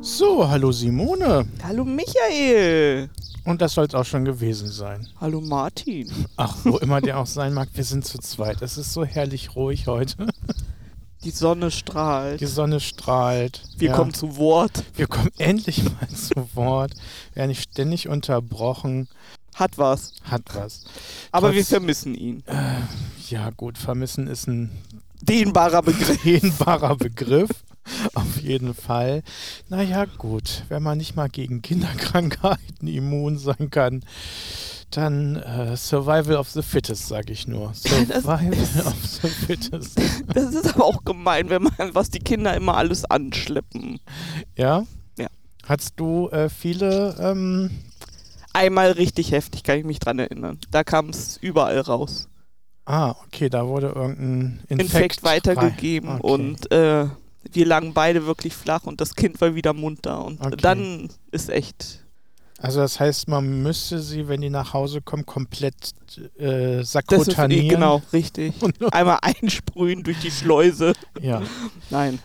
So, hallo Simone. Hallo Michael. Und das soll es auch schon gewesen sein. Hallo Martin. Ach, wo immer der auch sein mag, wir sind zu zweit. Es ist so herrlich ruhig heute. Die Sonne strahlt. Die Sonne strahlt. Wir Ja. kommen zu Wort. wir kommen endlich mal zu Wort. Werden nicht ständig unterbrochen. Hat was. Hat was. Aber Trotz- wir vermissen ihn. Ja, gut, vermissen ist ein Dehnbarer Begriff. dehnbarer Begriff. Auf jeden Fall. Naja, gut, wenn man nicht mal gegen Kinderkrankheiten immun sein kann, dann äh, Survival of the Fittest, sage ich nur. Survival of the Fittest. Das ist aber auch gemein, wenn man, was die Kinder immer alles anschleppen. Ja? Ja. Hattest du äh, viele, ähm, Einmal richtig heftig, kann ich mich dran erinnern. Da kam es überall raus. ah, okay, da wurde irgendein Infekt, Infekt weitergegeben rein. Okay. und äh, wir lagen beide wirklich flach und das Kind war wieder munter. Und Okay. dann ist echt. Also das heißt, man müsste sie, wenn die nach Hause kommen, komplett äh, Das ist, sakrotanieren. genau, richtig. Einmal einsprühen durch die Schleuse. Ja. Nein.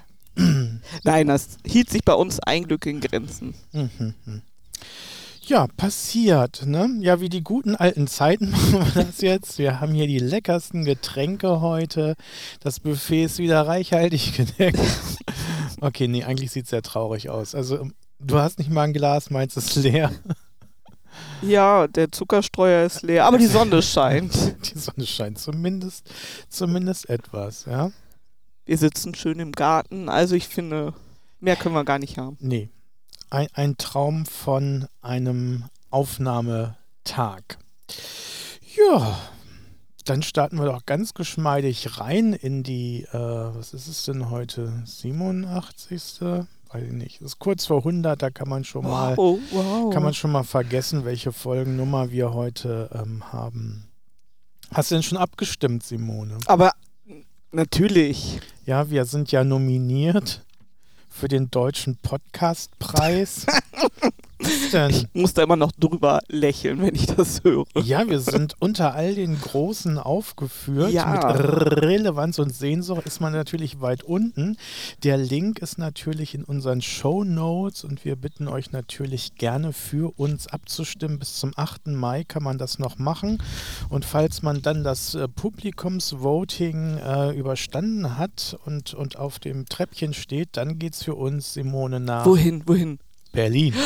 Nein, das hielt sich bei uns ein Glück in Grenzen. Mhm, mhm. Ja, passiert, ne? Ja, wie die guten alten Zeiten machen wir das jetzt. Wir haben hier die leckersten Getränke heute. Das Buffet ist wieder reichhaltig gedeckt. Okay, nee, eigentlich sieht es sehr traurig aus. Also, du hast nicht mal ein Glas, meins ist leer. Ja, der Zuckerstreuer ist leer, aber die Sonne scheint. Die Sonne scheint zumindest, zumindest etwas, ja? Wir sitzen schön im Garten, also ich finde, mehr können wir gar nicht haben. Nee. Ein, ein Traum von einem Aufnahmetag. Ja, dann starten wir doch ganz geschmeidig rein in die, äh, was ist es denn heute? 87. Weiß ich nicht. Ist kurz vor 100, da kann man schon mal, Oh, wow. kann man schon mal vergessen, welche Folgennummer wir heute ähm, haben. Hast du denn schon abgestimmt, Simone? aber natürlich. Ja, wir sind ja nominiert für den Deutschen Podcastpreis. Was denn? Ich muss da immer noch drüber lächeln, wenn ich das höre. Ja, wir sind unter all den Großen aufgeführt. Ja. Mit Relevanz und Sehnsucht ist man natürlich weit unten. Der Link ist natürlich in unseren Show Notes und wir bitten euch natürlich gerne für uns abzustimmen. Bis zum 8. Mai kann man das noch machen. Und falls man dann das äh, Publikumsvoting äh, überstanden hat und, und auf dem Treppchen steht, dann geht's für uns, Simone, nach Wohin, wohin? Berlin.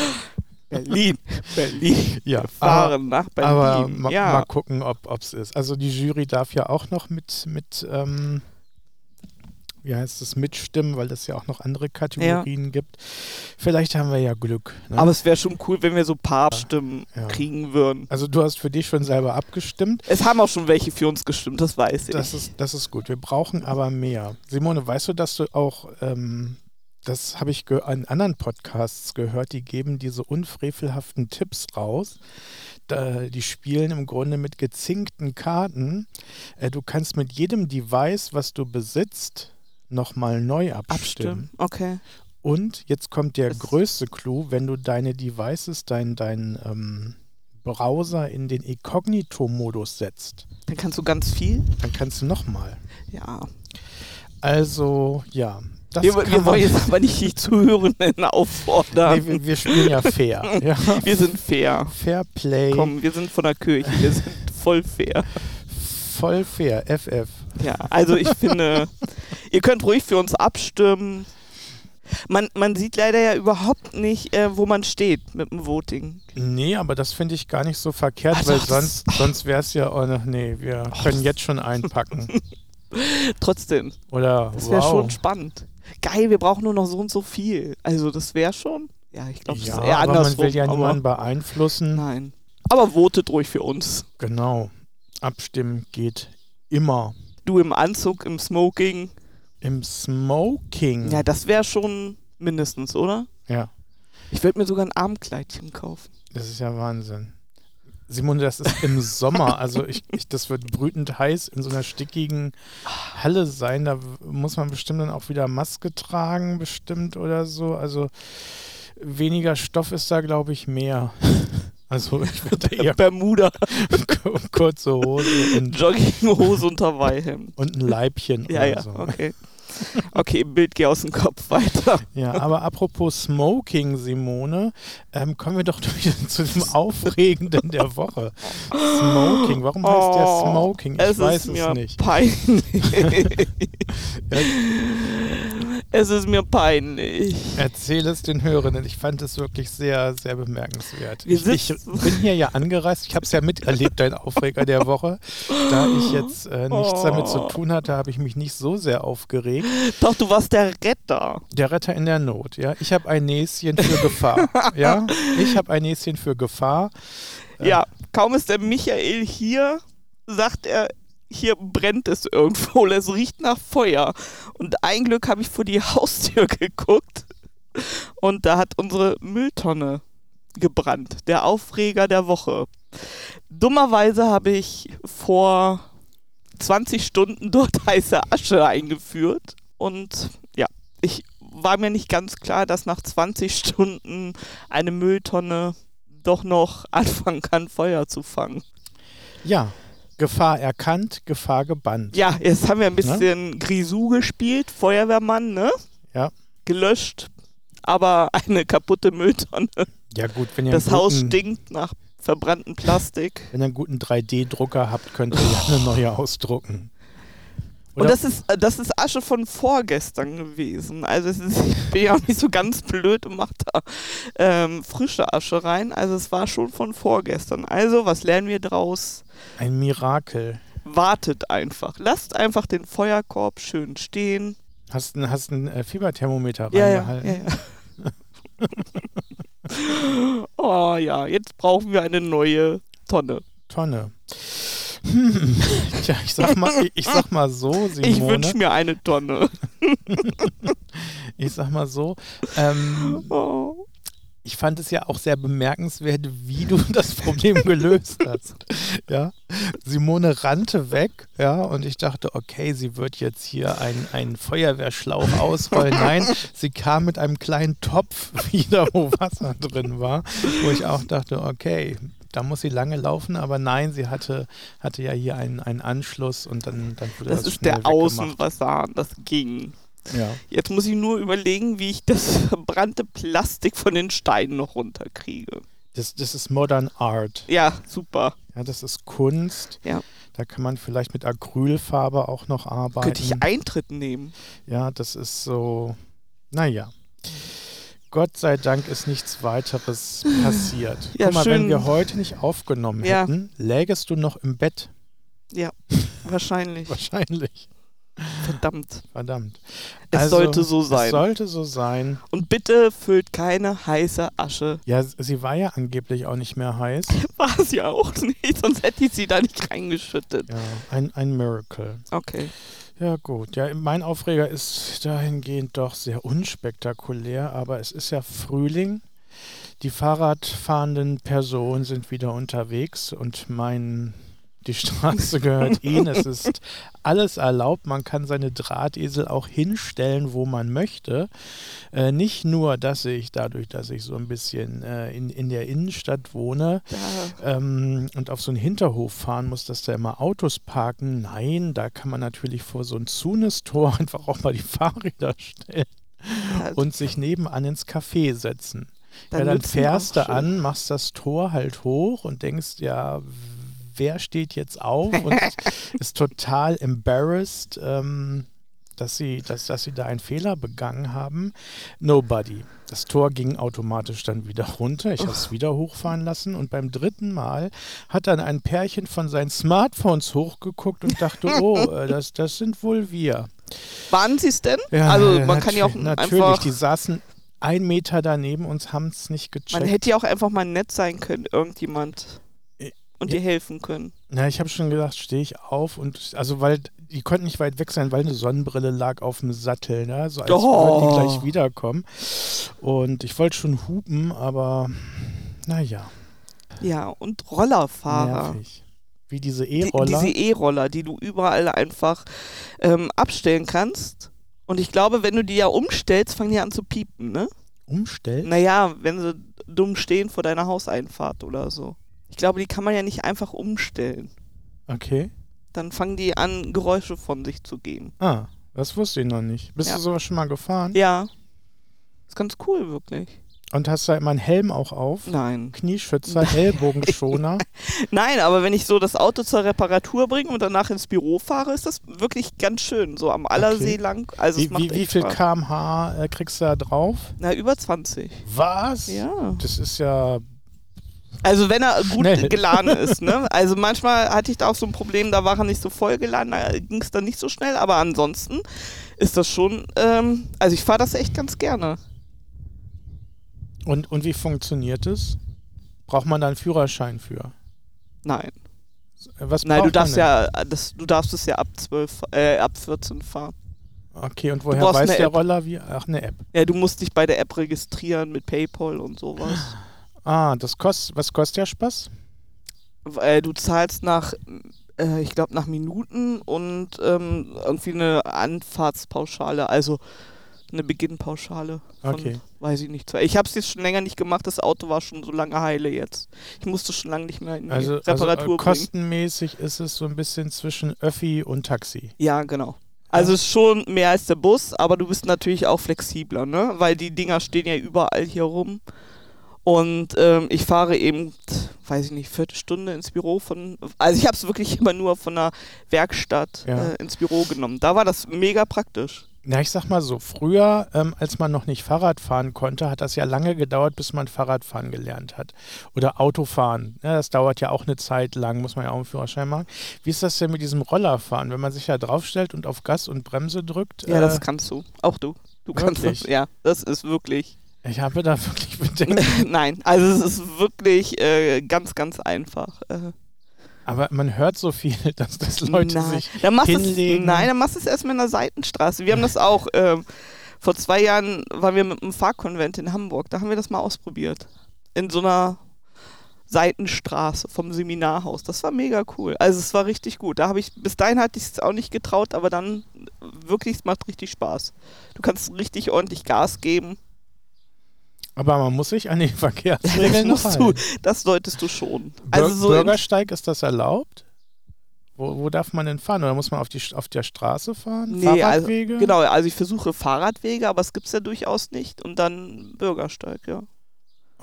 Berlin, Berlin. Ja, Fahren nach Berlin. Aber ma ja. mal gucken, ob es ist. Also die Jury darf ja auch noch mit, mit ähm, wie heißt es, mitstimmen, weil es ja auch noch andere Kategorien gibt. Vielleicht haben wir ja Glück. Ne? aber es wäre schon cool, wenn wir so Paar-Stimmen Ja. kriegen würden. also du hast für dich schon selber abgestimmt. Es haben auch schon welche für uns gestimmt, das weiß ich. Das ist, das ist gut. Wir brauchen aber mehr. Simone, weißt du, dass du auch, ähm, das habe ich ge- an anderen Podcasts gehört, die geben diese unfrevelhaften Tipps raus. Da, die spielen im Grunde mit gezinkten Karten. Äh, du kannst mit jedem Device, was du besitzt, nochmal neu abstimmen. Abstimmen, okay. Und jetzt kommt der Es- größte Clou, wenn du deine Devices, dein, dein ähm, Browser in den Inkognito-Modus setzt, Dann kannst du ganz viel. dann kannst du nochmal. Ja. Also, ja. Das Wir, kann wir man, wollen jetzt aber nicht die Zuhörenden auffordern. nee, wir, wir spielen ja fair. ja. wir sind fair. Fair Play, Komm, wir sind von der Kirche. Wir sind voll fair. voll fair, FF. Ja, also ich finde, ihr könnt ruhig für uns abstimmen. Man, man sieht leider ja überhaupt nicht, äh, wo man steht mit dem Voting. Nee, aber das finde ich gar nicht so verkehrt, Also, weil das- sonst, sonst wäre es ja, oh, ne, nee, wir können jetzt schon einpacken. Trotzdem, Oder, das wäre wow. schon spannend. Geil, wir brauchen nur noch so und so viel. Also das wäre schon. Ja, ich glaube, es ja, ist eher aber man andersrum. will ja aber niemanden beeinflussen. nein. Aber votet ruhig für uns. Genau. Abstimmen geht immer. Du im Anzug, im Smoking. Im Smoking. Ja, das wäre schon mindestens, oder? ja. Ich würde mir sogar ein Armkleidchen kaufen. Das ist ja Wahnsinn. Simone, das ist im Sommer. Also ich, ich, das wird brütend heiß in so einer stickigen Halle sein. Da w- muss man bestimmt dann auch wieder Maske tragen, bestimmt oder so. Also weniger Stoff ist da, glaube ich, mehr. Also ich würde da eher Bermuda, ku- kurze Hose und, Jogginghose und Hawaii-Hemd. und ein Leibchen Ja, oder ja, so. okay. Okay, Bild geh aus dem Kopf weiter. Ja, aber apropos Smoking, Simone, ähm, kommen wir doch durch zu dem Aufregenden der Woche. Smoking, warum heißt der Oh, Smoking? Ich es weiß ist mir es nicht. peinlich. es ist mir peinlich. Erzähl es den Hörenden. Ich fand es wirklich sehr, sehr bemerkenswert. Wir Ich, ich bin hier ja angereist. Ich habe es ja miterlebt, dein Aufreger der Woche. Da ich jetzt äh, nichts Oh. damit zu tun hatte, habe ich mich nicht so sehr aufgeregt. Doch, du warst der Retter. Der Retter in der Not, ja. Ich habe ein Näschen für Gefahr, ja. Ich habe ein Näschen für Gefahr. Ja. kaum ist der Michael hier, sagt er, hier brennt es irgendwo, es riecht nach Feuer. Und ein Glück habe ich vor die Haustür geguckt und da hat unsere Mülltonne gebrannt. Der Aufreger der Woche. Dummerweise habe ich vor 20 Stunden dort heiße Asche eingeführt und ja, ich war mir nicht ganz klar, dass nach 20 Stunden eine Mülltonne doch noch anfangen kann, Feuer zu fangen. Ja, Gefahr erkannt, Gefahr gebannt. Ja, jetzt haben wir Ne? ein bisschen Grisou gespielt, Feuerwehrmann, ne? Ja. Gelöscht, aber eine kaputte Mülltonne. Ja gut, wenn ihr, das einen Haus guten, stinkt nach verbranntem Plastik. wenn ihr einen guten 3D-Drucker habt, könnt ihr ja eine neue ausdrucken. Oder- Oh. Und das ist, äh, das ist Asche von vorgestern gewesen. Also es ist, ich bin ja auch nicht so ganz blöd und mache da ähm, frische Asche rein. Also es war schon von vorgestern. Also was lernen wir draus? Ein Mirakel. Wartet einfach. Lasst einfach den Feuerkorb schön stehen. Hast ein, hast ein äh, Fieberthermometer Ja, ja, reingehalten. ja, ja. oh ja, jetzt brauchen wir eine neue Tonne. Tonne. Hm. Tja, ich sag mal, ich, ich sag mal so, Ich Simone. wünsche mir eine Tonne. Ich, sag mal so. Ähm, Oh. ich fand es ja auch sehr bemerkenswert, wie du das Problem gelöst hast. Ja. Simone rannte weg, ja, und ich dachte, okay, sie wird jetzt hier einen, einen Feuerwehrschlauch ausrollen. Nein, sie kam mit einem kleinen Topf wieder, wo Wasser drin war, wo ich auch dachte, okay, da muss sie lange laufen, aber nein, sie hatte, hatte ja hier einen, einen Anschluss und dann, dann wurde das, Das ist schnell der weggemacht. Außenwasserhahn, das ging. Ja. Jetzt muss ich nur überlegen, wie ich das verbrannte Plastik von den Steinen noch runterkriege. Das, das ist Modern Art. Ja, super. Ja, das ist Kunst. Ja. Da kann man vielleicht mit Acrylfarbe auch noch arbeiten. Könnte ich Eintritt nehmen? ja, das ist so. Naja. Gott sei Dank ist nichts weiteres passiert. Ja, Guck mal, wenn schön. wir heute nicht aufgenommen Ja. hätten, lägest du noch im Bett. Wahrscheinlich. Wahrscheinlich. Verdammt. Verdammt. Es Also, sollte so Es sein. sollte so sein. Und bitte füllt keine heiße Asche. Ja, sie war ja angeblich auch nicht mehr heiß. War es ja auch nicht, sonst hätte ich sie da nicht reingeschüttet. Ja, ein, ein Miracle. Okay. Ja, gut. Ja, mein Aufreger ist dahingehend doch sehr unspektakulär, aber es ist ja Frühling. Die Fahrradfahrenden Personen sind wieder unterwegs und mein, die Straße gehört ihnen. Es ist alles erlaubt. Man kann seine Drahtesel auch hinstellen, wo man möchte. Äh, nicht nur, dass ich dadurch, dass ich so ein bisschen äh, in, in der Innenstadt wohne, Ja. ähm, und auf so einen Hinterhof fahren muss, dass da immer Autos parken. Nein, da kann man natürlich vor so ein Zunistor einfach auch mal die Fahrräder stellen Also und sich nebenan ins Café setzen. ja, dann halt. nützen fährst auch du an, machst das Tor halt hoch und denkst, ja, wer steht jetzt auf und ist total embarrassed, ähm, dass, sie, dass, dass sie da einen Fehler begangen haben. Nobody. Das Tor ging automatisch dann wieder runter. Ich habe es wieder hochfahren lassen und beim dritten Mal hat dann ein Pärchen von seinen Smartphones hochgeguckt und dachte, oh, äh, das, das sind wohl wir. schon. Waren sie es denn? Ja, also man kann ja auch natürlich- Natürlich, einfach. die saßen ein Meter daneben und haben es nicht gecheckt. Man hätte ja auch einfach mal nett sein können, irgendjemand. Äh, Und ja. dir helfen können. Na, ich habe schon gedacht, stehe ich auf und also weil die konnten nicht weit weg sein, weil eine Sonnenbrille lag auf dem Sattel, ne? So als Oh. würden die gleich wiederkommen. Und ich wollte schon hupen, aber naja, Ja, und Rollerfahrer. nervig. Wie diese Die- E-Roller. Diese E- E-Roller, die du überall einfach ähm, abstellen kannst. Und ich glaube, wenn du die ja umstellst, fangen die an zu piepen, ne? Umstellen? Naja, wenn sie dumm stehen vor deiner Hauseinfahrt oder so. Ich glaube, die kann man ja nicht einfach umstellen. Okay. Dann fangen die an, Geräusche von sich zu geben. Ah, Das wusste ich noch nicht. Bist Ja. du sowas schon mal gefahren? Ja. Ist ganz cool, wirklich. Und hast da immer einen Helm auch auf? Ne. Nein. Knieschützer, Ellbogenschoner. Nein, aber wenn ich so das Auto zur Reparatur bringe und danach ins Büro fahre, ist das wirklich ganz schön. So am Allersee lang. Also es wie, macht wie, wie echt viel Spaß. kmh äh, kriegst du da drauf? Na, über 20. Was? Ja. Das ist ja. Also wenn er gut Schnell. geladen ist, ne? Also manchmal hatte ich da auch so ein Problem, da war er nicht so voll geladen, da ging es dann nicht so schnell, aber ansonsten ist das schon, ähm, also ich fahre das echt ganz gerne. Und, und wie funktioniert es? Braucht man da einen Führerschein für? Nein. Äh, Was Nein, braucht du darfst man ja, das, du darfst es ja ab 12, äh, ab 14 fahren. denn? Okay, und woher brauchst weiß eine der App. Roller wie? Ach, eine App. Ja, du musst dich bei der App registrieren mit PayPal und sowas. Ah, das kostet. Was kostet der Spaß? Weil du zahlst nach, äh, ich glaube, nach Minuten und ähm, irgendwie eine Anfahrtspauschale, also eine Beginnpauschale. Von, Okay. Weiß ich nicht. zwei- Ich habe es jetzt schon länger nicht gemacht, das Auto war schon so lange heile jetzt. Ich musste schon lange nicht mehr in die Also, also äh, Reparatur bringen. kostenmäßig ist es so ein bisschen zwischen Öffi und Taxi. Ja, genau. Also ist schon mehr als der Bus, aber du bist natürlich auch flexibler, ne? Weil die Dinger stehen ja überall hier rum. Und ähm, ich fahre eben, weiß ich nicht, Viertelstunde ins Büro von. Also ich habe es wirklich immer nur von der Werkstatt Ja. äh, ins Büro genommen. Da war das mega praktisch. Na, ich sag mal so, früher, ähm, als man noch nicht Fahrrad fahren konnte, hat das ja lange gedauert, bis man Fahrradfahren gelernt hat. Oder Autofahren. Ja, das dauert ja auch eine Zeit lang, muss man ja auch einen Führerschein machen. Wie ist das denn mit diesem Rollerfahren? Wenn man sich da draufstellt und auf Gas und Bremse drückt, Ja, das äh, kannst du. Auch du. Du kannst Wirklich? das. Ja, das ist wirklich. ich habe da wirklich Bedenken. Nein, also es ist wirklich äh, ganz, ganz einfach. Äh, Aber man hört so viel, dass das Leute nein. sich dann machst hinlegen. Es, nein, dann machst du es erstmal in der Seitenstraße. Wir haben das auch, ähm, vor zwei Jahren waren wir mit einem Fahrkonvent in Hamburg, da haben wir das mal ausprobiert. In so einer Seitenstraße vom Seminarhaus. Das war mega cool. Also es war richtig gut. Da habe ich, bis dahin hatte ich es auch nicht getraut, aber dann wirklich, es macht richtig Spaß. Du kannst richtig ordentlich Gas geben. Aber man muss sich an den Das Verkehrsregeln noch musst du, halten. das solltest du schon. Bür Also so in- halt. Bürgersteig, ist das erlaubt? Wo, wo darf man denn fahren? Oder muss man auf, die, St- auf der Straße fahren? Nee, also, Fahrradwege? genau, also ich versuche Fahrradwege, aber es gibt es ja durchaus nicht. Und dann Bürgersteig, ja.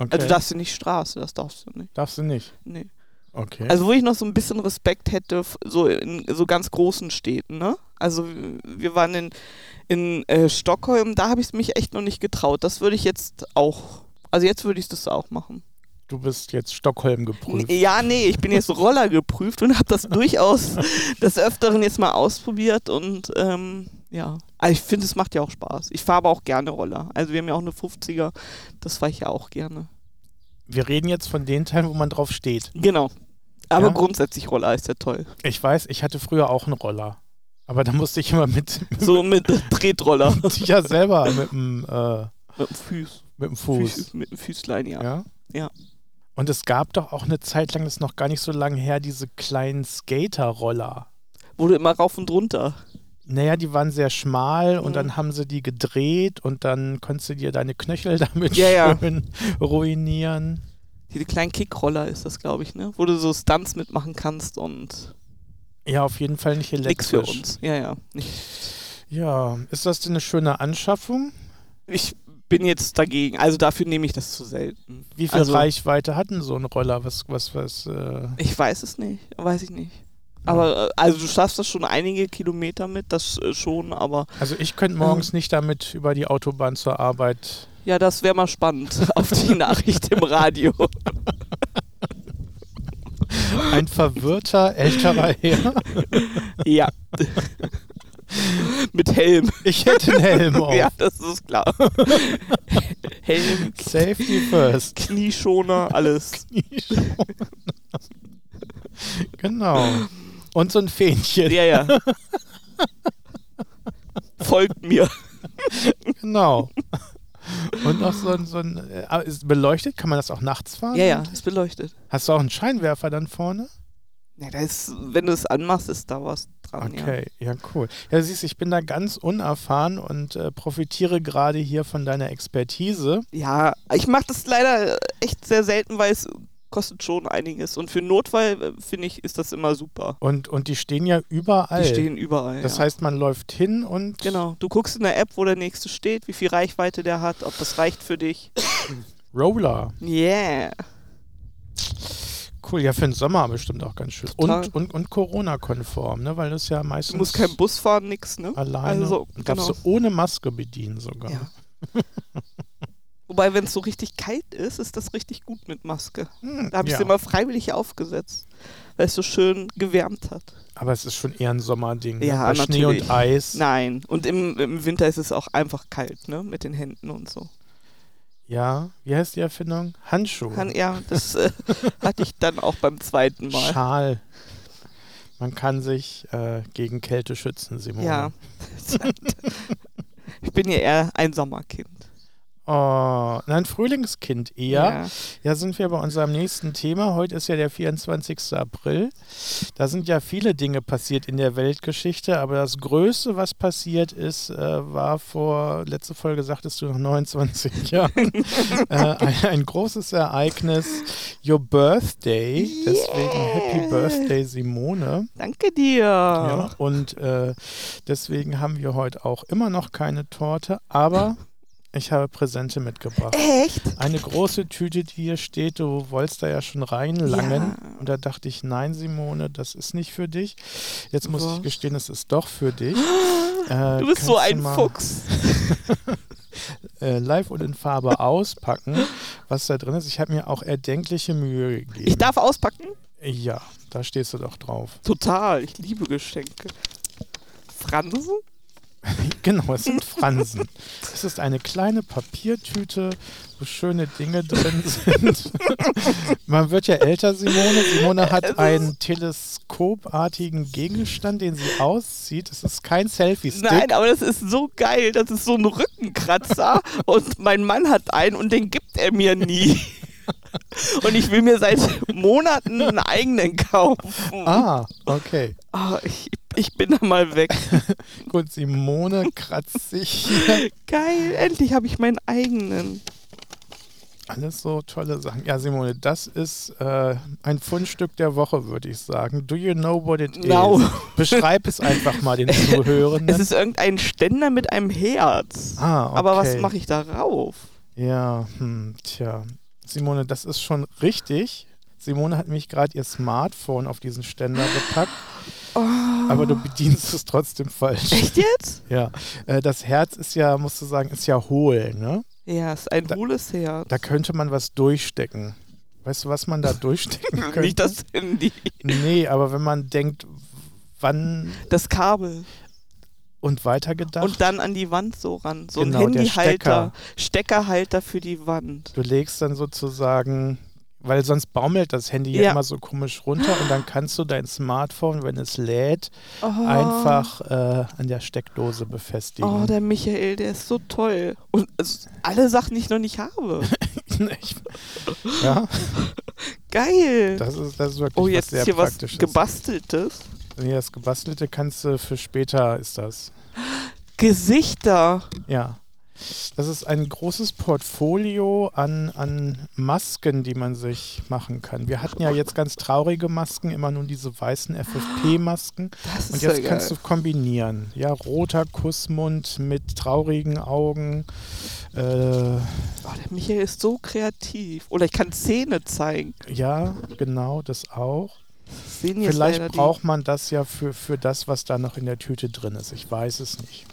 Okay. Also du darfst du nicht Straße, das darfst du nicht. Darfst du nicht. Nee. Okay. Also wo ich noch so ein bisschen Respekt hätte, f- so in so ganz großen Städten, ne? Also wir waren in, in äh, Stockholm, da habe ich es mich echt noch nicht getraut. Das würde ich jetzt auch, also jetzt würde ich das auch machen. du bist jetzt Stockholm geprüft. Ja, nee, ich bin jetzt Roller geprüft und habe das durchaus des Öfteren jetzt mal ausprobiert und ähm, ja. Also ich finde, es macht ja auch Spaß. Ich fahre aber auch gerne Roller. Also wir haben ja auch eine 50er, das fahre ich ja auch gerne. Wir reden jetzt von den Teilen, wo man drauf steht. Genau. Aber Ja. grundsätzlich Roller ist ja toll. Ich weiß, ich hatte früher auch einen Roller. Aber da musste ich immer mit, So mit Tretroller. musste ich ja selber mit dem, äh, mit dem Fuß. mit dem Fuß. Füß- Mit dem Füßlein, ja. Ja? Ja. Und es gab doch auch eine Zeit lang, das ist noch gar nicht so lange her, diese kleinen Skater-Roller. Wurde immer rauf und runter. Naja, die waren sehr schmal und Mhm. dann haben sie die gedreht und dann konntest du dir deine Knöchel damit Ja, ja. schön ruinieren. Diese kleinen Kickroller ist das, glaube ich, ne? Wo du so Stunts mitmachen kannst und Ja, auf jeden Fall nicht elektrisch. nix für uns. Ja, ja. Nicht. Ja, ist das denn eine schöne Anschaffung? Ich bin jetzt dagegen. Also dafür nehme ich das zu selten. Wie viel also, Reichweite hat denn so ein Roller? Was, was, was? Äh, Ich weiß es nicht. Weiß ich nicht. Aber äh, also du schaffst das schon einige Kilometer mit, das äh, schon, aber also ich könnte Äh. morgens nicht damit über die Autobahn zur Arbeit. ja, das wäre mal spannend auf die Nachricht im Radio. Ein verwirrter älterer Herr. ja. Mit Helm. Ich hätte einen Helm auf. Ja, das ist klar. Helm, Safety first. Knieschoner, alles. genau. Und so ein Fähnchen. Ja, ja. Folgt mir. Genau. Und noch so ein, so ein äh, aber ist beleuchtet, kann man das auch nachts fahren? Ja, ja, ist beleuchtet. Hast du auch einen Scheinwerfer dann vorne? Ja, da ist, wenn du es anmachst, ist da was dran. Okay, ja, cool. Ja, siehst, du, ich bin da ganz unerfahren und äh, profitiere gerade hier von deiner Expertise. Ja. ja, ich mache das leider echt sehr äh, selten, weil es kostet schon einiges. Und für Notfall, äh, finde ich, ist das immer super. Und, und die stehen ja überall. Die stehen überall. das ja. heißt, man läuft hin und Genau. Du guckst in der App, wo der nächste steht, wie viel Reichweite der hat, ob das reicht für dich. Roller. Yeah. Cool, ja, für den Sommer bestimmt auch ganz schön. Total. Und, und, und Corona-konform, ne? weil das ja meistens Du musst keinen Bus fahren, nix, ne? alleine also, und darfst genau. du ohne Maske bedienen sogar. Ja. Wobei, wenn es so richtig kalt ist, ist das richtig gut mit Maske. Hm, Da habe ich ja. sie immer freiwillig aufgesetzt, weil es so schön gewärmt hat. Aber es ist schon eher ein Sommerding. Ja, ne? Bei Schnee natürlich. und Eis. Nein. Und im, im Winter ist es auch einfach kalt, ne? Mit den Händen und so. Ja, wie heißt die Erfindung? Handschuhe. Kann, ja, das äh, hatte ich dann auch beim zweiten Mal. Schal. Man kann sich äh, gegen Kälte schützen, Simone. Ja. ich bin ja eher ein Sommerkind. Oh, nein, Frühlingskind eher. ja. Ja, sind wir bei unserem nächsten Thema. Heute ist ja der 24. April. Da sind ja viele Dinge passiert in der Weltgeschichte, aber das Größte, was passiert ist, äh, war vor, letzte Folge sagtest du noch 29 Jahren, äh, ein, ein großes Ereignis, Your Birthday. Deswegen Happy Birthday, Simone. Danke dir. Ja, und äh, deswegen haben wir heute auch immer noch keine Torte, aber ich habe Präsente mitgebracht Echt? eine große Tüte, die hier steht. Du wolltest da ja schon reinlangen. Ja. Und da dachte ich, nein, Simone, das ist nicht für dich. Jetzt muss Was? ich gestehen, es ist doch für dich. Äh, Du bist so kannst du ein mal, Fuchs. Äh, live und in Farbe auspacken, was da drin ist. Ich habe mir auch erdenkliche Mühe gegeben. Ich darf auspacken? ja, da stehst du doch drauf. Total. Ich liebe Geschenke. Fransen? genau, es sind Fransen. es ist eine kleine Papiertüte, wo schöne Dinge drin sind. Man wird ja älter, Simone. Simone Also hat einen teleskopartigen Gegenstand, den sie auszieht. Es ist kein Selfie-Stick. Nein, aber das ist so geil. Das ist so ein Rückenkratzer und mein Mann hat einen und den gibt er mir nie. Und ich will mir seit Monaten einen eigenen kaufen. Ah, okay. Ah, ich, ich bin da mal weg. Gut, Simone kratzt sich hier. Geil, endlich habe ich meinen eigenen. Alles so tolle Sachen. Ja, Simone, das ist äh, ein Fundstück der Woche, würde ich sagen. Do you know what it No. is? Beschreib es einfach mal den Zuhörenden. Es ist irgendein Ständer mit einem Herz. ah, okay. Aber was mache ich darauf? Ja, hm, tja. Simone, das ist schon richtig. Simone hat mich gerade ihr Smartphone auf diesen Ständer gepackt, aber du bedienst es trotzdem falsch. Oh. Echt jetzt? Ja, äh, das Herz ist ja, musst du sagen, ist ja hohl, ne? Ja, es ist ein Da- hohles Herz. Da könnte man was durchstecken. Weißt du, was man da durchstecken könnte? Nicht das Handy. nee, aber wenn man denkt, wann Das Kabel. und weitergedacht, Und dann an die Wand so ran. So Genau, ein der Handyhalter. Steckerhalter für die Wand. du legst dann sozusagen, weil sonst baumelt das Handy ja Ja. immer so komisch runter und dann kannst du dein Smartphone, wenn es lädt, einfach äh, an der Steckdose Oh, befestigen. der Michael, der ist so toll. Und es- alle Sachen, die ich noch nicht habe. Ich- ja, Geil. das ist, das ist wirklich oh, was jetzt sehr ist hier was praktisches. Gebasteltes. nee, das Gebastelte kannst du für später, ist das. Gesichter. Ja. Das ist ein großes Portfolio an, an Masken, die man sich machen kann. Wir hatten ja jetzt ganz traurige Masken, immer nur diese weißen FFP-Masken. Das Und ist jetzt ja kannst du geil. kombinieren. Ja, roter Kussmund mit traurigen Augen. Äh, Oh, der Michael ist so kreativ. Oder ich kann Zähne zeigen. ja, genau, das auch. Das Sehen jetzt Vielleicht leider die- braucht man das ja für, für das, was da noch in der Tüte drin ist. Ich weiß es nicht.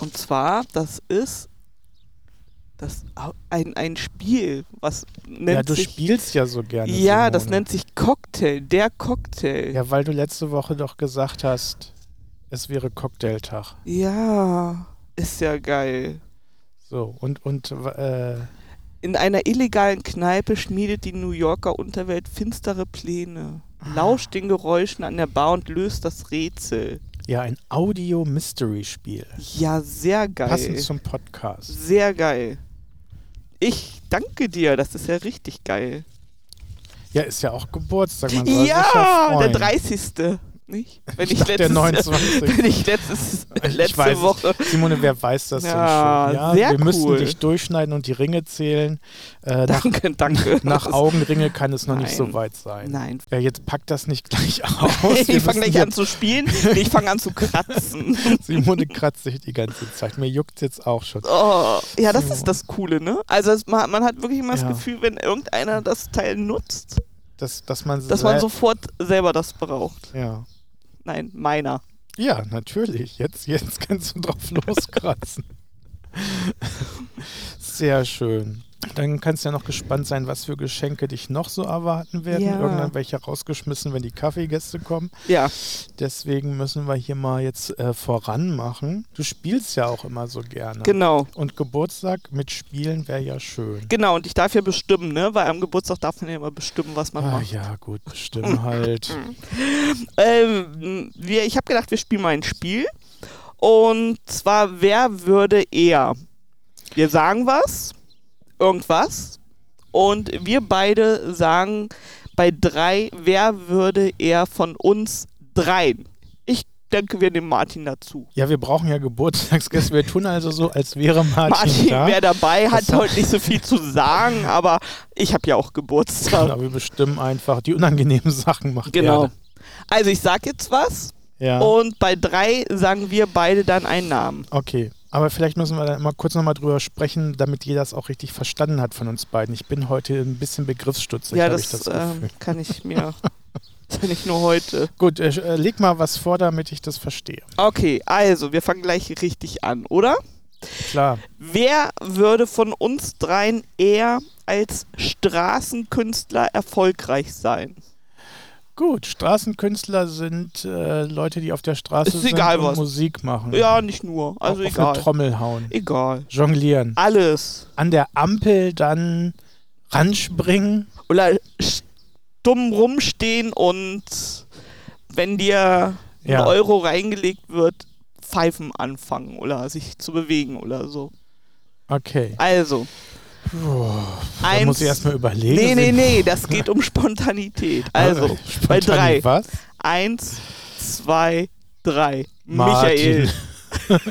Und zwar, das ist das Au- ein, ein Spiel, was nennt ja, du sich. spielst ja so gerne. ja, das Simone. nennt sich Cocktail, der Cocktail. Ja, weil du letzte Woche doch gesagt hast, es wäre Cocktailtag. Ja, ist ja geil. So, und, und äh, In einer illegalen Kneipe schmiedet die New Yorker Unterwelt finstere Pläne. Ah. Lauscht den Geräuschen an der Bar und löst das Rätsel. ja, ein Audio-Mystery-Spiel. Ja, sehr geil. Passend zum Podcast. Sehr geil. Ich danke dir, das ist ja richtig geil. Ja, ist ja auch Geburtstag. Man soll sich ja Ja, der freuen. 30. nicht? Wenn Ich dachte, der 29. wenn ich letztes, Ich letzte weiß es. Woche. Simone, wer weiß das Ja, denn schon? Ja, sehr wir müssen cool. dich durchschneiden und die Ringe zählen. Äh, nach, Danke, danke. nach Augenringe kann es noch nicht so Nein. weit sein. Nein. Ja, jetzt packt das nicht gleich aus. Wir ich fange müssen gleich hier- an zu spielen. Nee, ich fange an zu kratzen. Simone kratzt sich die ganze Zeit. Mir juckt jetzt auch schon. Oh, ja, das So. ist das Coole, ne? Also es, man, man hat wirklich immer Ja. das Gefühl, wenn irgendeiner das Teil nutzt, Dass, dass man, dass man sofort selber das braucht. ja. Nein, meiner. ja, natürlich. Jetzt, jetzt kannst du drauf loskratzen. Sehr schön. Dann kannst du ja noch gespannt sein, was für Geschenke dich noch so erwarten werden. Ja. Irgendwann welche rausgeschmissen, wenn die Kaffeegäste kommen. Ja, Deswegen müssen wir hier mal jetzt äh, voranmachen. Du spielst ja auch immer so gerne. genau. Und Geburtstag mit Spielen wäre ja schön. Genau, und ich darf ja bestimmen, ne? Weil am Geburtstag darf man ja immer bestimmen, was man Ah, macht. Mhm. ja, gut, bestimmt halt. Ähm, wir, ich habe gedacht, wir spielen mal ein Spiel. Und zwar, wer würde eher? Wir sagen was, irgendwas. Und wir beide sagen bei drei, wer würde eher von uns dreien? Ich denke, wir nehmen Martin dazu. Ja, wir brauchen ja Geburtstagsgäste. Wir tun also so, als wäre Martin, Martin da. wäre dabei, hat Das war- heute nicht so viel zu sagen, aber ich habe ja auch Geburtstag. Genau, wir bestimmen einfach die unangenehmen Sachen macht Genau. er. Also ich sag jetzt was Ja. und bei drei sagen wir beide dann einen Namen. Okay. Aber vielleicht müssen wir da mal kurz nochmal drüber sprechen, damit jeder es auch richtig verstanden hat von uns beiden. Ich bin heute ein bisschen begriffsstutzig, ja, habe ich das, das Gefühl. ähm, kann ich mir. das kann ich nur heute. Gut, äh, äh, leg mal was vor, damit ich das verstehe. Okay, also wir fangen gleich richtig an, oder? Klar. Wer würde von uns dreien eher als Straßenkünstler erfolgreich sein? Gut, Straßenkünstler sind äh, Leute, die auf der Straße Ist sind egal und was. Musik machen. Ja, nicht nur. Also auf eine egal. Trommel hauen, Egal. jonglieren, Alles. an der Ampel dann ranspringen. Oder stumm rumstehen und wenn dir Ja. ein Euro reingelegt wird, pfeifen anfangen oder sich zu bewegen oder so. Okay. Also, Da eins. muss ich erstmal überlegen. Nee, nee, nee, das geht um Spontanität. Oh, Also, bei Spontan- drei. Was? Eins, zwei, drei. Martin. Michael.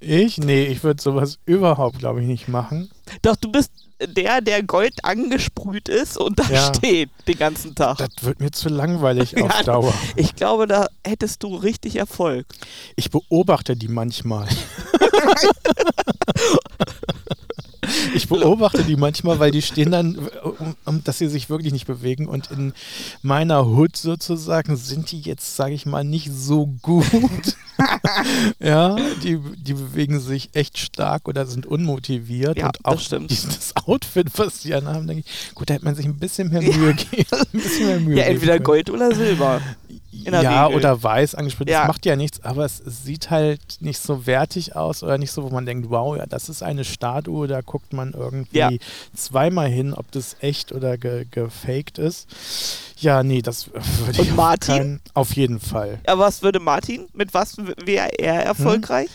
ich? Nee, ich würde sowas überhaupt, glaube ich, nicht machen. Doch, du bist der, der Gold angesprüht ist und da Ja. steht den ganzen Tag. Das wird mir zu langweilig auf Ja. Dauer. Ich glaube, da hättest du richtig Erfolg. Ich beobachte die manchmal. Ich beobachte die manchmal, weil die stehen dann, um, um, dass sie sich wirklich nicht bewegen. Und in meiner Hood sozusagen sind die jetzt, sage ich mal, nicht so gut. ja, die, die bewegen sich echt stark oder sind unmotiviert. Ja, und das auch stimmt. die- das Outfit, was die anhaben, denke ich, gut, da hätte man sich ein bisschen mehr Mühe gegeben. Ein bisschen mehr Mühe Ja, entweder geben können. Gold oder Silber. in der Ja, Regel. oder weiß angespielt. Ja. Das macht ja nichts, aber es sieht halt nicht so wertig aus oder nicht so, wo man denkt, wow, ja, das ist eine Statue, da guckt man irgendwie Ja. zweimal hin, ob das echt oder ge gefaked ist. Ja, nee, das würde ich Und Martin? Auf, keinen- auf jeden Fall. Aber was würde Martin? Mit was w- wäre er Hm? erfolgreich?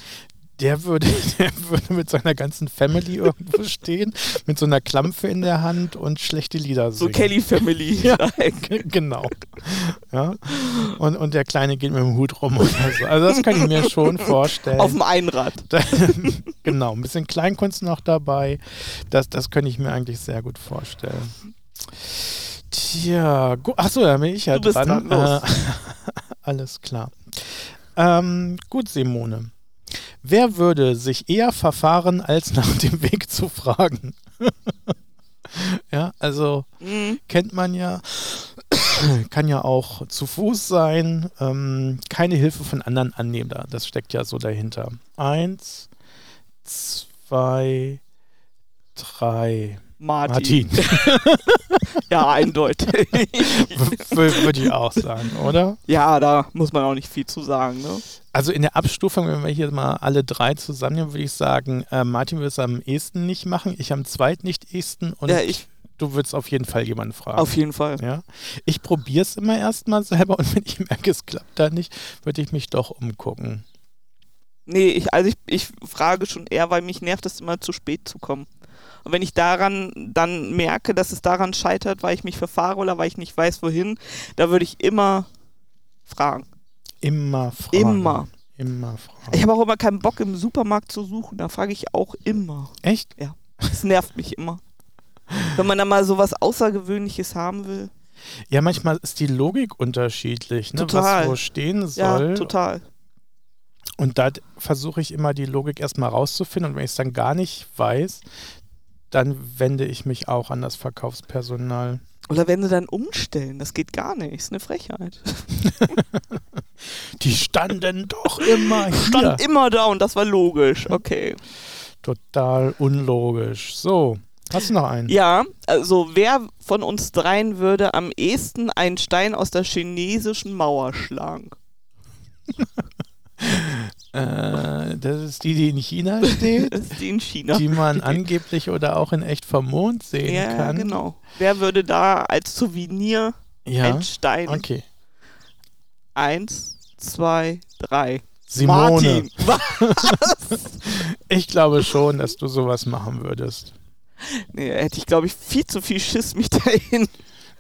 Der würde, der würde mit seiner ganzen Family irgendwo stehen, mit so einer Klampfe in der Hand und schlechte Lieder So singen. Kelly Family. Ja. like. G- Genau. Ja. Und, und der Kleine geht mit dem Hut rum oder so. Also das kann ich mir schon vorstellen. Auf dem Einrad. genau, ein bisschen Kleinkunst noch dabei. Das, das könnte ich mir eigentlich sehr gut vorstellen. Tja, gu- ach achso, da bin ich ja Du bist dran. dran, los. Äh, alles klar. Ähm, gut, Simone. Wer würde sich eher verfahren, als nach dem Weg zu fragen? ja, also Mhm. kennt man ja. Kann ja auch zu Fuß sein. Ähm, keine Hilfe von anderen annehmen. Da- Das steckt ja so dahinter. Eins, zwei, drei. Martin. Martin. Ja, eindeutig. W- w- Würde ich auch sagen, oder? ja, da muss man auch nicht viel zu sagen. Ne? Also in der Abstufung, wenn wir hier mal alle drei zusammennehmen, würde ich sagen, äh, Martin würde es am ehesten nicht machen, ich am zweit nicht ehesten und Ja, ich du würdest auf jeden Fall jemanden fragen. auf jeden Fall. Ja, ich probiere es immer erstmal selber und wenn ich merke, es klappt da nicht, würde ich mich doch umgucken. Nee, ich, also ich, ich frage schon eher, weil mich nervt es immer zu spät zu kommen. Und wenn ich daran dann merke, dass es daran scheitert, weil ich mich verfahre oder weil ich nicht weiß, wohin, da würde ich immer fragen. Immer fragen. Immer. Immer fragen. Ich habe auch immer keinen Bock, im Supermarkt zu suchen. Da frage ich auch immer. Echt? Das nervt mich immer. Wenn man da mal so was Außergewöhnliches haben will. Ja, manchmal ist die Logik unterschiedlich, ne? Total. was wo stehen Ja, soll. total. und da d- versuche ich immer die Logik erstmal rauszufinden. Und wenn ich es dann gar nicht weiß, dann wende ich mich auch an das Verkaufspersonal. Oder wenn sie dann umstellen, das geht gar nicht. Ist eine Frechheit. Die standen doch immer hier. Stand immer da und das war logisch. Okay. Total unlogisch. So, hast du noch einen? Ja, also wer von uns dreien würde am ehesten einen Stein aus der chinesischen Mauer schlagen? Äh, das ist die, die in China steht, Das ist die in China. die man angeblich oder auch in echt vom Mond sehen ja, kann. genau. Wer würde da als Souvenir Ja, einen Stein? okay. Eins, zwei, drei. Simone, Martin. Was? ich glaube schon, dass du sowas machen würdest. Nee, da hätte ich, glaube ich, viel zu viel Schiss mich dahin.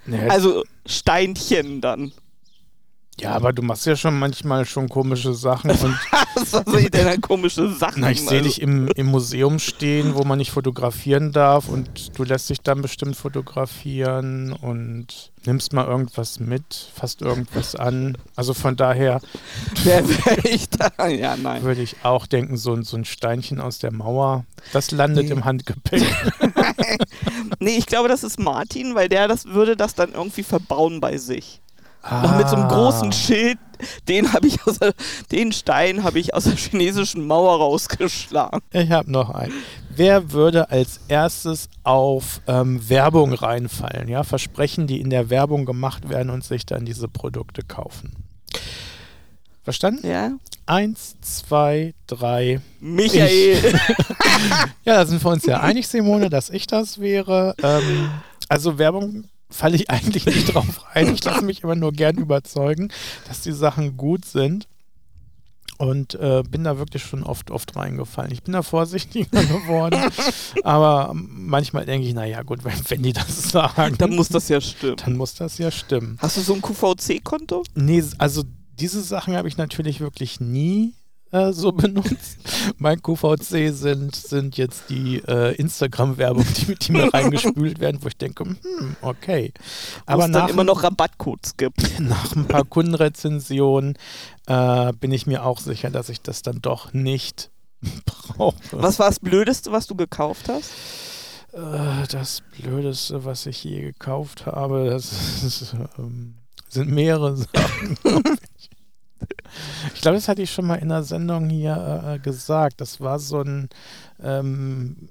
Nee, Also Steinchen dann. ja, aber du machst ja schon manchmal schon komische Sachen und Was soll ich denn da also komische Sachen? na, ich sehe Also, dich im, im Museum stehen, wo man nicht fotografieren darf und du lässt dich dann bestimmt fotografieren und nimmst mal irgendwas mit, fasst irgendwas an. Also von daher Wer wäre ich da? Ja, nein. würde ich auch denken, so, ein- so ein Steinchen aus der Mauer, das landet Nee. im Handgepäck. Nee, ich glaube, das ist Martin, weil der das würde das dann irgendwie verbauen bei sich. Noch mit so einem großen Ah. Schild, den habe ich aus der, den Stein habe ich aus der chinesischen Mauer rausgeschlagen. Ich habe noch einen. Wer würde als erstes auf ähm, Werbung reinfallen? Ja, Versprechen, die in der Werbung gemacht werden und sich dann diese Produkte kaufen. Verstanden? Ja? Eins, zwei, drei. Michael. Ja, da sind wir uns ja einig, Simone, dass ich das wäre. Ähm, also Werbung falle ich eigentlich nicht drauf ein. Ich lasse mich immer nur gern überzeugen, dass die Sachen gut sind. Und äh, bin da wirklich schon oft, oft reingefallen. Ich bin da vorsichtiger geworden. aber manchmal denke ich, naja, gut, wenn, wenn die das sagen, Dann muss das ja stimmen. dann muss das ja stimmen. Hast du so ein QVC-Konto? Nee, s- also diese Sachen habe ich natürlich wirklich nie äh, so benutzt. mein QVC sind, sind jetzt die äh, Instagram-Werbung, die, die mir reingespült werden, wo ich denke, hm, okay. Wo Aber es dann nach, immer noch Rabattcodes gibt. nach ein paar Kundenrezensionen äh, bin ich mir auch sicher, dass ich das dann doch nicht brauche. Was war das Blödeste, was du gekauft hast? Äh, das Blödeste, was ich je gekauft habe, das ist, ähm, sind mehrere Sachen. glaub ich. ich glaube, das hatte ich schon mal in der Sendung hier äh, gesagt. Das war so ein. Ähm,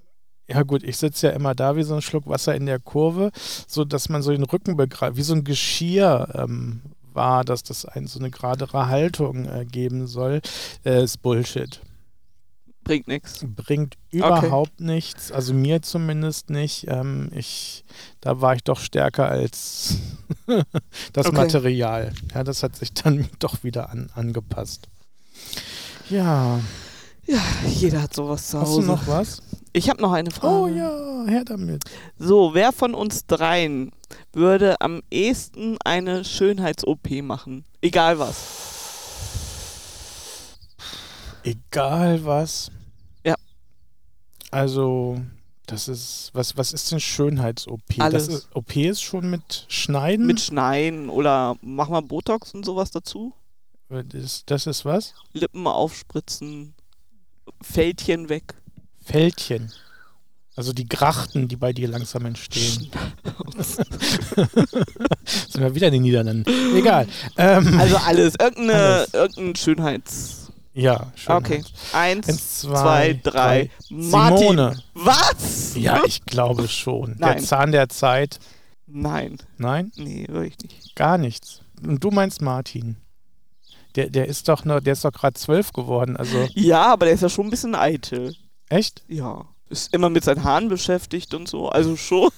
ja gut, ich sitze ja immer da wie so ein Schluck Wasser in der Kurve, so dass man so den Rücken begreift, wie so ein Geschirr ähm, war, dass das einen so eine geradere Haltung äh, geben soll, äh, ist Bullshit Bringt nichts. bringt überhaupt nichts, also mir zumindest nicht. Ähm, ich, da war ich doch stärker als das Okay. Material. Ja, das hat sich dann doch wieder an, angepasst. Ja, Jeder hat sowas zu hast du Hause. noch was? Ich habe noch eine Frage. Oh ja, her damit. So, wer von uns dreien würde am ehesten eine Schönheits-OP machen? Egal was. Egal was. Ja. Also, das ist, was, was ist denn Schönheits-OP? Das Alles. ist, OP ist schon mit Schneiden? Mit Schneiden oder mach mal Botox und sowas dazu. das, das ist was? Lippen aufspritzen, Fältchen weg. Fältchen. Also die Grachten, die bei dir langsam entstehen. Sind wir wieder in den Niederlanden. Egal. Ähm, Also alles. Irgendeine, Alles. Irgendein Schönheits... ja, schön. Okay. Eins, Eins, zwei, zwei, drei. drei. Martin. Simone. Was? Ja, ich glaube schon. Der Nein. Zahn der Zeit. Nein. Nein, Nee, würde ich nicht. gar nichts. Und du meinst Martin. Der, der ist doch nur, der ist doch gerade zwölf geworden. Also Ja, aber der ist ja schon ein bisschen eitel. echt? Ja. Ist immer mit seinen Haaren beschäftigt und so. Also schon.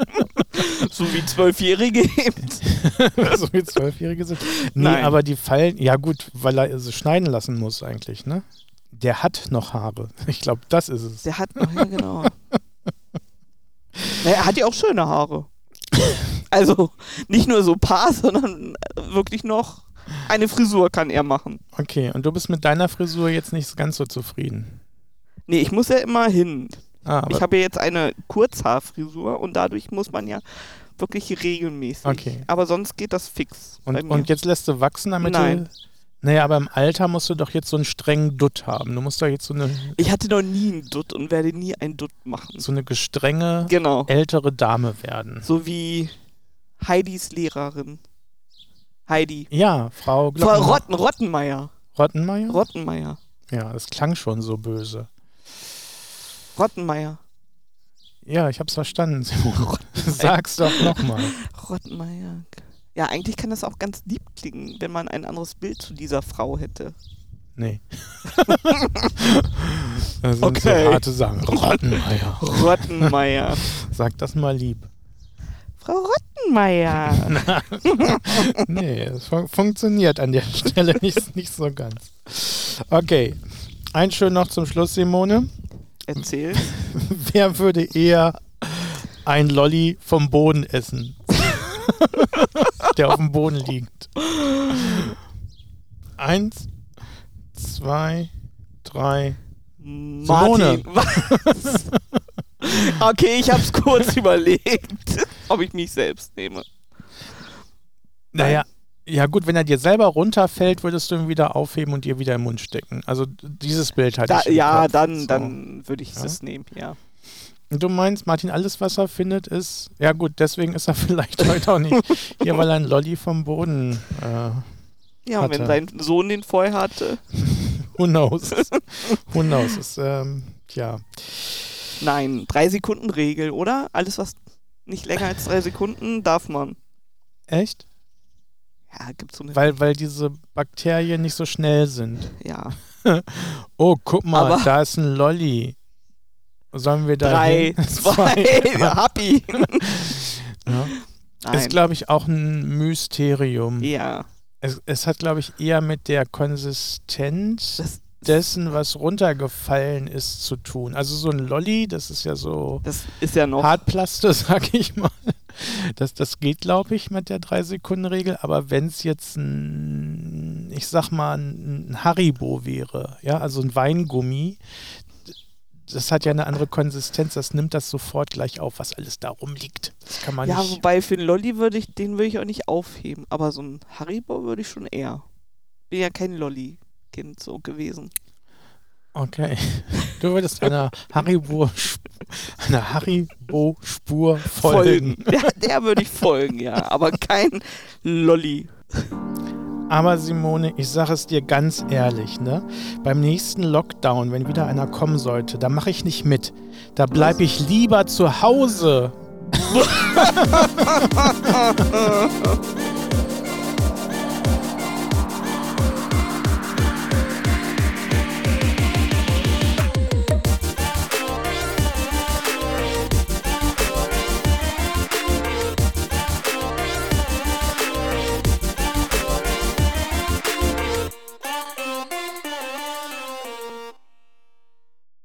so wie Zwölfjährige eben. so wie Also, Zwölfjährige sind. Nee, Nein. aber die fallen, ja gut, weil er sie schneiden lassen muss eigentlich, ne? Der hat noch Haare. Ich glaube, das ist es. Der hat noch, ja genau. Na, er hat ja auch schöne Haare. Also nicht nur so paar, sondern wirklich noch Eine Frisur kann er machen. Okay, und du bist mit deiner Frisur jetzt nicht ganz so zufrieden. Nee, ich muss ja immer hin. Ah, Ich aber, habe ja jetzt eine Kurzhaarfrisur und dadurch muss man ja wirklich regelmäßig. Okay. Aber sonst geht das fix. bei und, mir. und jetzt lässt du wachsen, damit Nein. du. Naja, aber im Alter musst du doch jetzt so einen strengen Dutt haben. Du musst doch jetzt so eine, ich hatte noch nie einen Dutt und werde nie einen Dutt machen. so eine gestrenge, Genau. ältere Dame werden. So wie Heidis Lehrerin. Heidi. Ja, Frau Frau Glocken Rotten, Rottenmeier. Rottenmeier? Rottenmeier. ja, das klang schon so böse. Rottenmeier. Ja, ich hab's verstanden. Simon. Sag's doch nochmal. Rottenmeier. Ja, eigentlich kann das auch ganz lieb klingen, wenn man ein anderes Bild zu dieser Frau hätte. Nee. das sind Okay. so harte Sachen. Rottenmeier. Rottenmeier. Sag das mal lieb. Frau Rottenmeier. Nee, es fun funktioniert an der Stelle nicht, nicht so ganz. Okay. Ein schön noch zum Schluss, Simone. Erzähl. Wer würde eher ein Lolli vom Boden essen? der auf dem Boden liegt. Eins, zwei, drei. Simone. Martin, was? Okay, ich hab's kurz überlegt, ob ich mich selbst nehme. Naja, ja gut, wenn er dir selber runterfällt, würdest du ihn wieder aufheben und dir wieder im Mund stecken. Also dieses Bild hatte Da, ich. im ja, Kopf. dann, So. dann würde ich Ja. es nehmen, ja. Und Du meinst, Martin, alles, was er findet, ist. Ja, gut, deswegen ist er vielleicht heute auch nicht hier, weil er ein Lolli vom Boden. Äh, Ja, und wenn Hatte. sein Sohn den vorher hatte. who knows? who knows? Ist, ähm, tja. Nein, drei Sekunden Regel, oder? Alles, was nicht länger als drei Sekunden, darf man. Echt? Ja, gibt's so eine. Weil, weil diese Bakterien nicht so schnell sind. ja. Oh, guck mal, Aber- da ist ein Lolli. Sollen wir da. Drei, hin? zwei, happy. Ja. Nein. Ist, glaube ich, auch ein Mysterium. ja. Es, es hat, glaube ich, eher mit der Konsistenz Das, dessen, was runtergefallen ist, zu tun. Also so ein Lolli, das ist ja so das ist ja noch. Hartplaste, sag ich mal. Das, das geht, glaube ich, mit der 3-Sekunden-Regel. Aber wenn es jetzt ein, ich sag mal, ein Haribo wäre, ja, also ein Weingummi, das hat ja eine andere Konsistenz, das nimmt das sofort gleich auf, was alles da rumliegt. Das kann man Ja, nicht. wobei für einen Lolli würde ich, den würde ich auch nicht aufheben. Aber so einen Haribo würde ich schon eher. Bin ja kein Lolli-Kind so gewesen. Okay. Du würdest einer Haribo, einer Haribo-Spur folgen. Ja, der würde ich folgen, ja. Aber kein Lolli. Aber Simone, ich sage es dir ganz ehrlich, ne? Beim nächsten Lockdown, wenn wieder einer kommen sollte, da mache ich nicht mit. Da bleibe ich lieber zu Hause.